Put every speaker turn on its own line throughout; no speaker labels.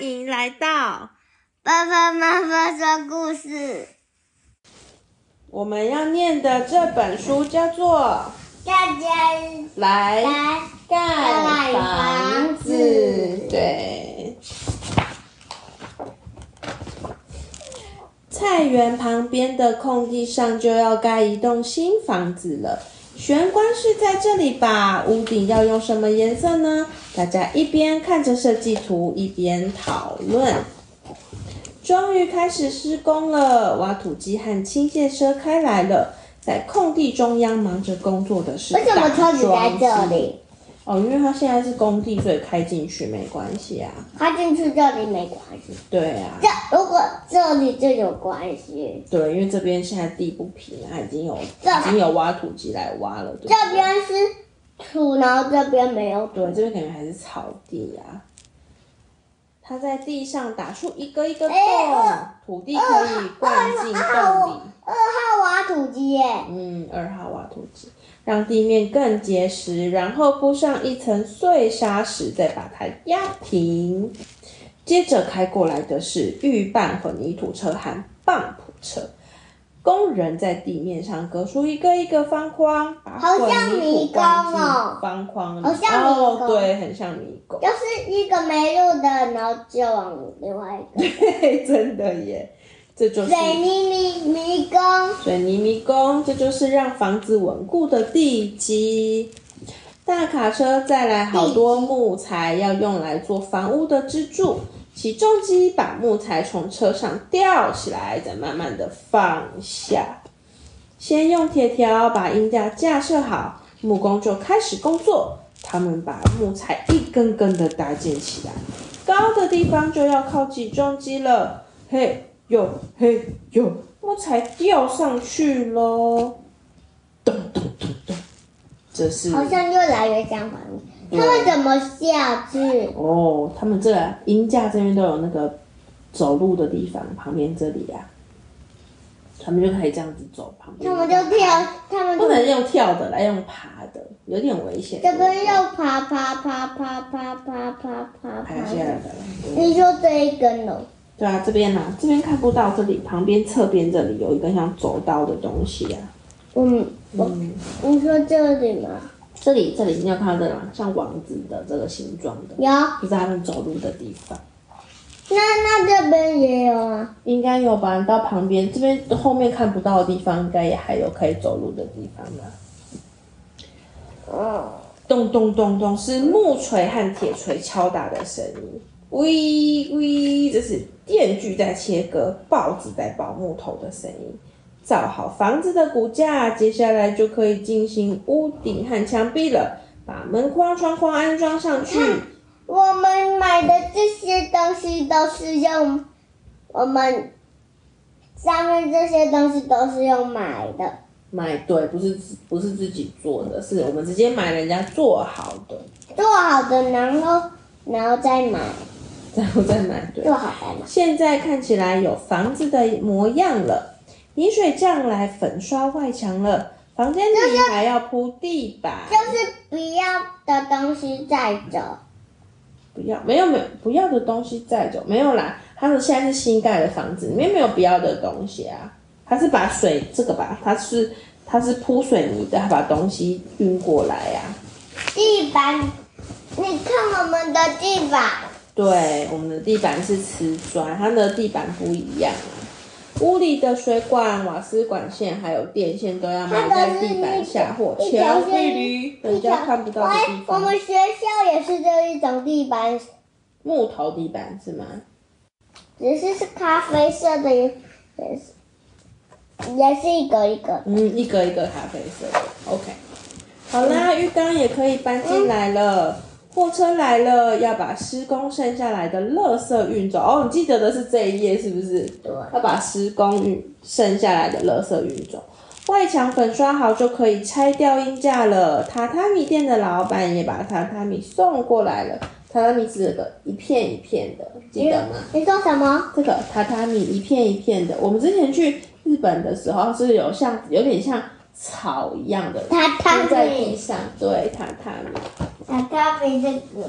迎来到
爸爸妈妈说故事，
我们要念的这本书叫做
大家
《来
来
盖
房
房
子
子》。对。菜园旁边的空地上就要盖一栋新房子了。玄关是在这里吧？屋顶要用什么颜色呢？大家一边看着设计图，一边讨论。终于开始施工了，挖土机和清卸车开来了，在空地中央忙着工作的是
为什么
大
车子在这
庄司
里？
哦，因为它现在是工地，所以开进去没关系啊。
它进去这里没关系，
对啊
这，如果这里就有关系，
对，因为这边现在地不平啊，已经有
这
已经有挖土机来挖了，对不对
这边是土，然后这边没有
对，
土。
这边感觉还是草地啊。它在地上打出一个一个洞
哎二，
土地可以灌进
二
洞里
号。二号挖土机耶，
嗯，二号挖土机，让地面更结实，然后铺上一层碎砂石，再把它压平。接着开过来的是预拌混凝土车和棒土车，工人在地面上割出一个一个方框，把
好
混
像
凝
迷
土
宫
灌进
哦
方框里。
好像迷
哦，
宫
对，很像迷宫。
就是一个没路的，然后就往另外一个
对，真的耶，这就是
水泥迷迷宫。
水泥迷宫，这就是让房子稳固的地基。大卡车载来好多木材，要用来做房屋的支柱。起重机把木材从车上吊起来，再慢慢的放下。先用铁条把鹰架架设好，木工就开始工作。他们把木材一根根的搭建起来，高的地方就要靠起重机了。嘿呦嘿呦，木材吊上去喽！咚咚咚咚，这是
好像越来越像房子。他们怎么下去？
哦，他们这鹰架这边都有那个走路的地方，旁边这里啊，他们就可以这样子走旁边。
他们就跳，他们
不
就
能用跳的，来用爬的，有点危险。
这边又爬爬爬爬爬爬爬爬爬
爬。下来的。对
你说这一根哦，
对啊，这边呢、啊，这边看不到，这里旁边侧边这里有一根像走道的东西啊。
嗯，我你说这里吗？
这里这里你有看到这个吗？像网子的这个形状的，
有，那
就是他们走路的地方。
那这边也有啊。
应该有吧？你到旁边这边后面看不到的地方，应该也还有可以走路的地方吧？
嗯，
咚咚咚咚，是木锤和铁锤敲打的声音。喂喂，这是电锯在切割，刨子在刨木头的声音。造好房子的骨架，接下来就可以进行屋顶和墙壁了。把门框、窗框安装上去。
我们买的这些东西都是用我们上面这些东西都是用买的。
买对，不是自不是自己做的，是我们直接买人家做好的，
做好的，然后然后再买，
然后再买对。
做好再买。
现在看起来有房子的模样了，泥水匠来粉刷外墙了，房间里还要铺地板。
就是不要的东西带走，
不要，没有没有不要的东西带走，没有啦。他们现在是新盖的房子，里面没有不要的东西啊。他是把水这个吧，他是他是铺水泥的，他把东西运过来啊呀、
地板，你看我们的地板，
对，我们的地板是瓷砖，它的地板不一样啊。屋里的水管、瓦斯管线还有电线都要埋在地板下或
一条
墙壁
线
里，
一
人家
条，
看不到的
喂
地，
我
方。
们学校也是这一种地板，
木头地板是吗？
只是是咖啡色的，也是也是一个一个。
嗯，一个一个咖啡色的。OK，好啦，浴缸也可以搬进来了。货车来了，要把施工剩下来的垃圾运走。哦，你记得的是这一页是不是？
对
要把施工运剩下来的垃圾运走。外墙粉刷好就可以拆掉鹰架了。榻榻米店的老板也把榻榻米送过来了。榻榻米是这个一片一片的，记得吗？
你说什么？
这个榻榻米一片一片的。我们之前去日本的时候是有像有点像草一样的
榻
铺在
榻
地
米，
上，对，榻榻米。
榻榻米这个，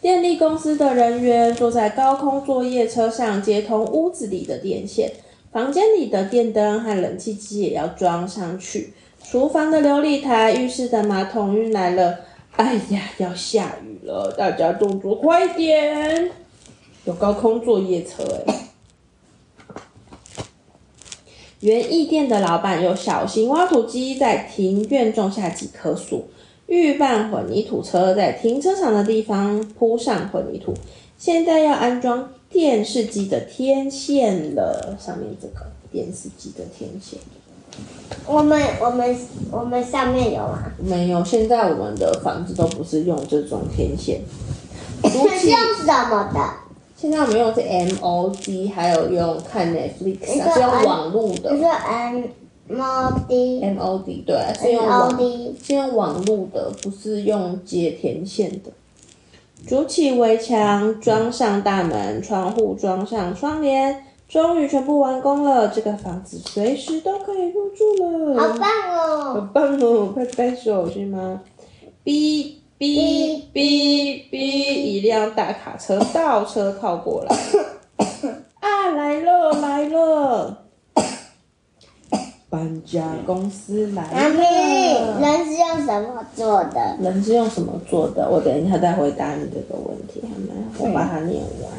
电力公司的人员坐在高空作业车上，接通屋子里的电线。房间里的电灯和冷气机也要装上去。厨房的琉璃台、浴室的马桶运来了。哎呀，要下雨了，大家动作快点！有高空作业车哎、园艺店的老板有小型挖土机在庭院种下几棵树，预拌混凝土车在停车场的地方铺上混凝土。现在要安装电视机的天线了，上面这个电视机的天线
我们我们我们上面有啊，
没有。现在我们的房子都不是用这种天线，
那
如
是
起
用什么的？
现在我们用的是 MOD，还有用看 Netflix 啊，
你说
是用
安
网络
你
的
说嗯 M O D
MOD，对，是用
M O
网
D
是用网路的，不是用接天线的。筑起围墙，装上大门，窗户装上窗帘，终于全部完工了。这个房子随时都可以入住了，
好棒
好
哦！
棒哦！拍拍手是吗？哔哔哔哔，一辆大卡车倒车靠过 来，啊，来了来了，搬家公司来
妈咪，
了。
人是用什么做的？
人是用什么做的？我等一下再回答你这个问题，好吗？我把它念完。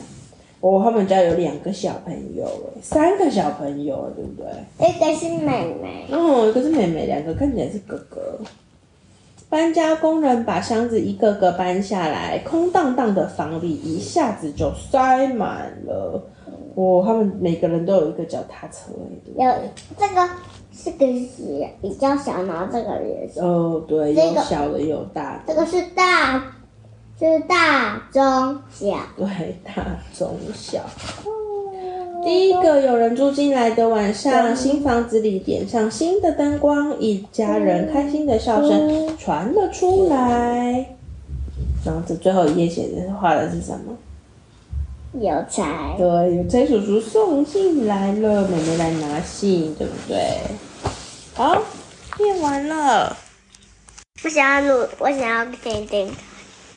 我、他们家有两个小朋友欸，三个小朋友，对不对？
一个是妹妹，
哦，一个是妹妹，两个看起来是哥哥。搬家工人把箱子一个个搬下来，空荡荡的房里一下子就塞满了。哦，他们每个人都有一个脚踏车欸，对不对？
有这个是个是比较小，然后这个也是，
哦，对，
这
有
个
小的有大的，
这个是大，是大中小。
对，大中小。第一个有人住进来的晚上，新房子里点上新的灯光，一家人开心的笑声传了出来。然后这最后一页写的是画的是什么？
有才，
对，邮差叔叔送信来了，妹妹来拿信，对不对？好，念完了。
我想要录，我想要听听。